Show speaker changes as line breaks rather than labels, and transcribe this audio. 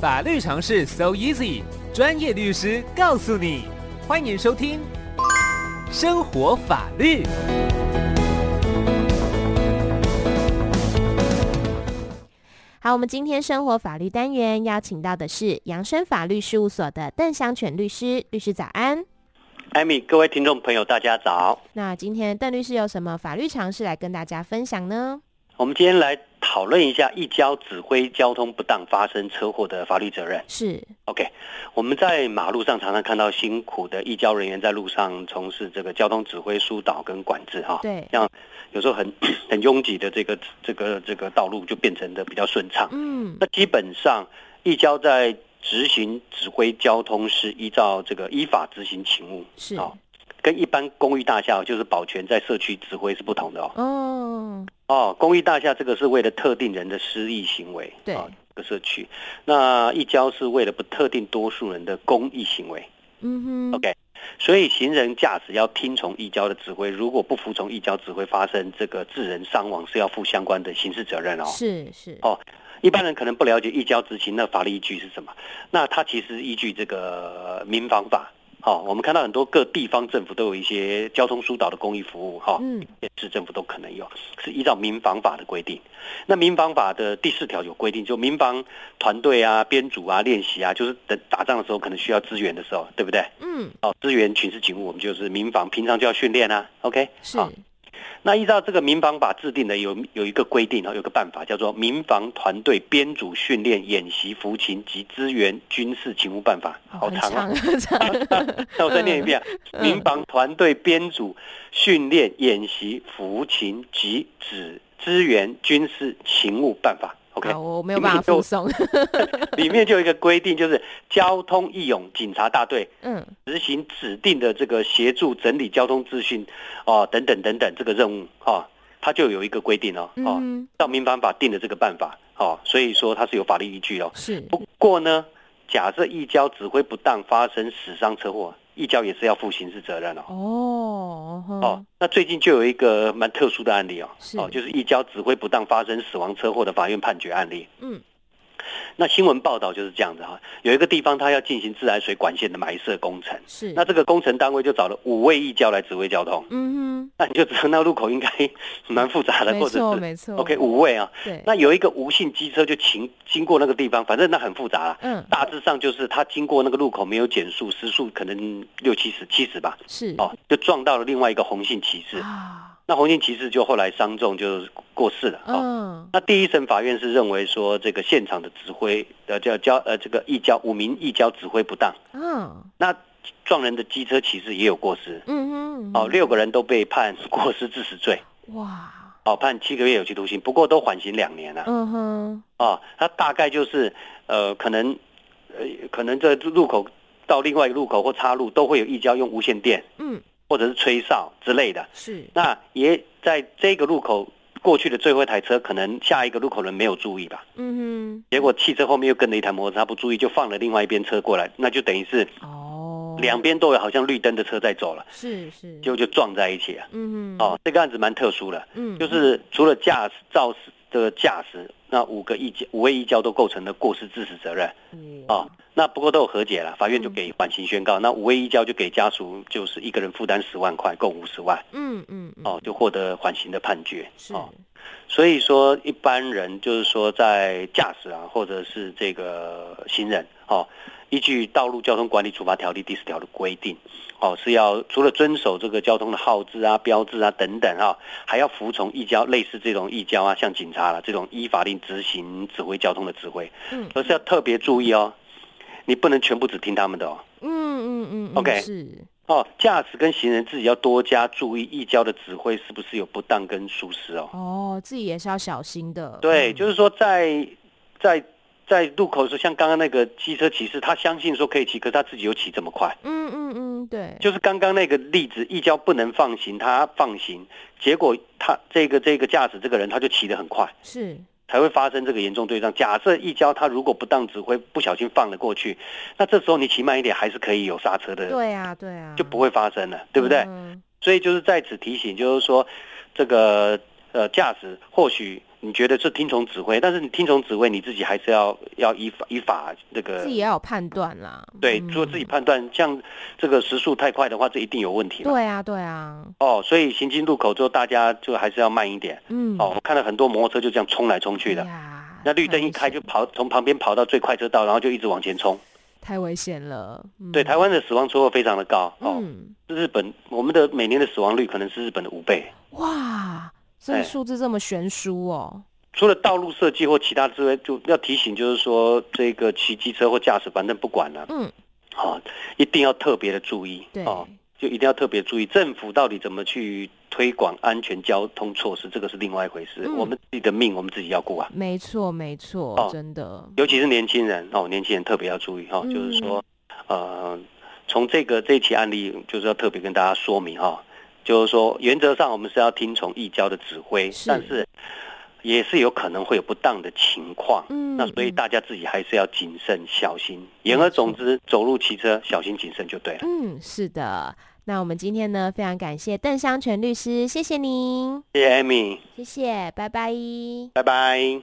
法律常识 so easy，专业律师告诉你。欢迎收听《生活法律》。
好，我们今天生活法律单元邀请到的是扬生法律事务所的邓香犬律师，律师早安。
艾米，各位听众朋友，大家早。
那今天邓律师有什么法律常识来跟大家分享呢？
我们今天来讨论一下一交指挥交通不当发生车祸的法律责任。
是
OK，我们在马路上常常看到辛苦的义交人员在路上从事这个交通指挥、疏导跟管制哈。
对
像有时候很 很拥挤的这个这个这个道路就变成的比较顺畅。
嗯
那基本上，义交在执行指挥交通是依照这个依法执行勤务，
是
好跟一般公寓大厦就是保全在社区指挥是不同的哦。
哦
哦，公益大厦这个是为了特定人的私益行为，
对
啊这个社区，那一交是为了不特定多数人的公益行为，
嗯哼
OK 所以行人驾驶要听从一交的指挥，如果不服从一交指挥，发生这个致人伤亡是要负相关的刑事责任哦。
是是
哦一般人可能不了解一交执行的法律依据是什么，那它其实依据这个呃民防法。哦，我们看到很多各地方政府都有一些交通疏导的公益服务，哈、
嗯
市政府都可能有，是依照民防法的规定。那民防法的第四条有规定，就民防团队啊、编组啊、练习啊，就是等打仗的时候可能需要支援的时候，对不对？
嗯
哦，支援群事警务，我们就是民防平常就要训练啊。OK，
是
好那依照这个民防法制定的有有一个规定啊，有个办法叫做《民防团队编组训练演习服勤及支援军事勤务办法》，
哦
好
很
长啊。
很 长
那我再念一遍啊、
嗯
民防团队编组、训练、演习、服勤及指支援军事勤务办法。OK，
好，我没有办法附送。
里面就有一个规定，就是交通义勇警察大队
嗯
执行指定的这个协助整理交通资讯哦，等等等等这个任务哦，它就有一个规定哦哦，
嗯
照民防法定的这个办法哦，所以说它是有法律依据哦。
是
不过呢，假设一交指挥不当发生死伤车祸，一交也是要负刑事责任哦。
哦哼
哦，那最近就有一个蛮特殊的案例哦，
是
哦，就是一交指挥不当发生死亡车祸的法院判决案例。
嗯，
那新闻报道就是这样子哈、有一个地方它要进行自来水管线的埋设工程，
是
那这个工程单位就找了五位义交来指挥交通，
嗯
那你就知道那路口应该 蛮复杂
哼
的，
没
或者
错
是
没错
OK 五位啊，
对
那有一个无信机车就经经过那个地方，反正那很复杂啦。
嗯
大致上就是它经过那个路口没有减速，时速可能六七十、七十吧，
是
哦，就撞到了另外一个红杏骑士。
啊
那红杏骑士就后来伤重就过世了。哦，
嗯
那第一审法院是认为说这个现场的指挥呃叫交呃这个义交五名义交指挥不当，
嗯
那撞人的机车骑士也有过失。
嗯哼
哦，六个人都被判过失致死罪，
哇
哦，判七个月有期徒刑，不过都缓刑两年了、啊。
嗯哼
哦，他大概就是呃，可能呃，可能这路口到另外一个路口或岔路都会有一交用无线电
嗯
或者是吹哨之类的。
是
那也在这个路口过去的最后一台车，可能下一个路口人没有注意吧，
嗯
结果汽车后面又跟了一台摩托车，他不注意就放了另外一边车过来，那就等于是
哼哦
两边都有好像绿灯的车在走了，
是是
结果就撞在一起了。
嗯哼
哦，这个案子蛮特殊的，
嗯
就是除了驾驶、肇事的驾驶，那五个一交五位一交都构成了过失致死责任。
嗯
哦，那不过都有和解了，法院就给缓刑宣告。那五位一交就给家属，就是一个人负担十万块，共五十万，
嗯嗯嗯
哦，就获得缓刑的判决。
是
哦，所以说一般人就是说在驾驶啊，或者是这个行人，哦，依据《道路交通管理处罚条例》第十条的规定，哦，是要除了遵守这个交通的号志啊、标志啊等等啊，还要服从一交类似这种一交啊，像警察啦、这种依法令执行指挥交通的指挥。
嗯
而是要特别注意哦，你不能全部只听他们的哦。
嗯嗯嗯嗯
OK
是
哦，驾驶跟行人自己要多加注意一交的指挥是不是有不当跟疏失哦？
哦自己也是要小心的
对，
嗯
就是说在在在路口的时候，像刚刚那个机车骑士，他相信说可以骑，可是他自己又骑这么快。
嗯嗯嗯对
就是刚刚那个例子，一交不能放行，他放行，结果他这个这个驾驶这个人他就骑得很快，
是
才会发生这个严重对撞。假设一交他如果不当指挥，不小心放了过去，那这时候你骑慢一点还是可以有刹车的
对啊对啊
就不会发生了，对不对？
嗯
所以就是在此提醒，就是说这个呃驾驶或许你觉得是听从指挥，但是你听从指挥，你自己还是要要依法依法这个
自己也要有判断啦。
呃对
嗯
做自己判断。像这个时速太快的话，这一定有问题嘛。
对啊，对啊，
哦，所以行经路口之后，大家就还是要慢一点。
嗯，
哦，我看到很多摩托车就这样冲来冲去的
哎。呀
那绿灯一开就跑，从旁边跑到最快车道，然后就一直往前冲。
太危险了。嗯
对，台湾的死亡车祸非常的高哦，
嗯，
日本我们的每年的死亡率可能是日本的五倍。
哇，这个
哎
数字这么悬殊哦。
除了道路设计或其他之外，就要提醒，就是说这个骑机车或驾驶，反正不管了、
嗯，
好、一定要特别的注意
对，
哦，就一定要特别注意政府到底怎么去推广安全交通措施，这个是另外一回事。
嗯
我们自己的命，我们自己要顾啊。
没错，没错，
哦
真的。
尤其是年轻人哦，年轻人特别要注意哈、哦
嗯
就是说，呃，从这个这一起案例，就是要特别跟大家说明哈、就是说原则上我们是要听从义交的指挥，
是
但是也是有可能会有不当的情况。
嗯，
那所以
嗯
大家自己还是要谨慎小心。言而总之，走路、骑车小心谨慎就对了。
嗯，是的。那我们今天呢，非常感谢邓湘全律师，谢谢您，
谢谢 Amy，
谢谢，拜拜。
拜拜。